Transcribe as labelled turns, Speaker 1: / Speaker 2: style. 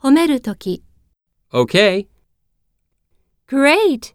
Speaker 1: 褒めるとき。
Speaker 2: Okay.
Speaker 1: Great!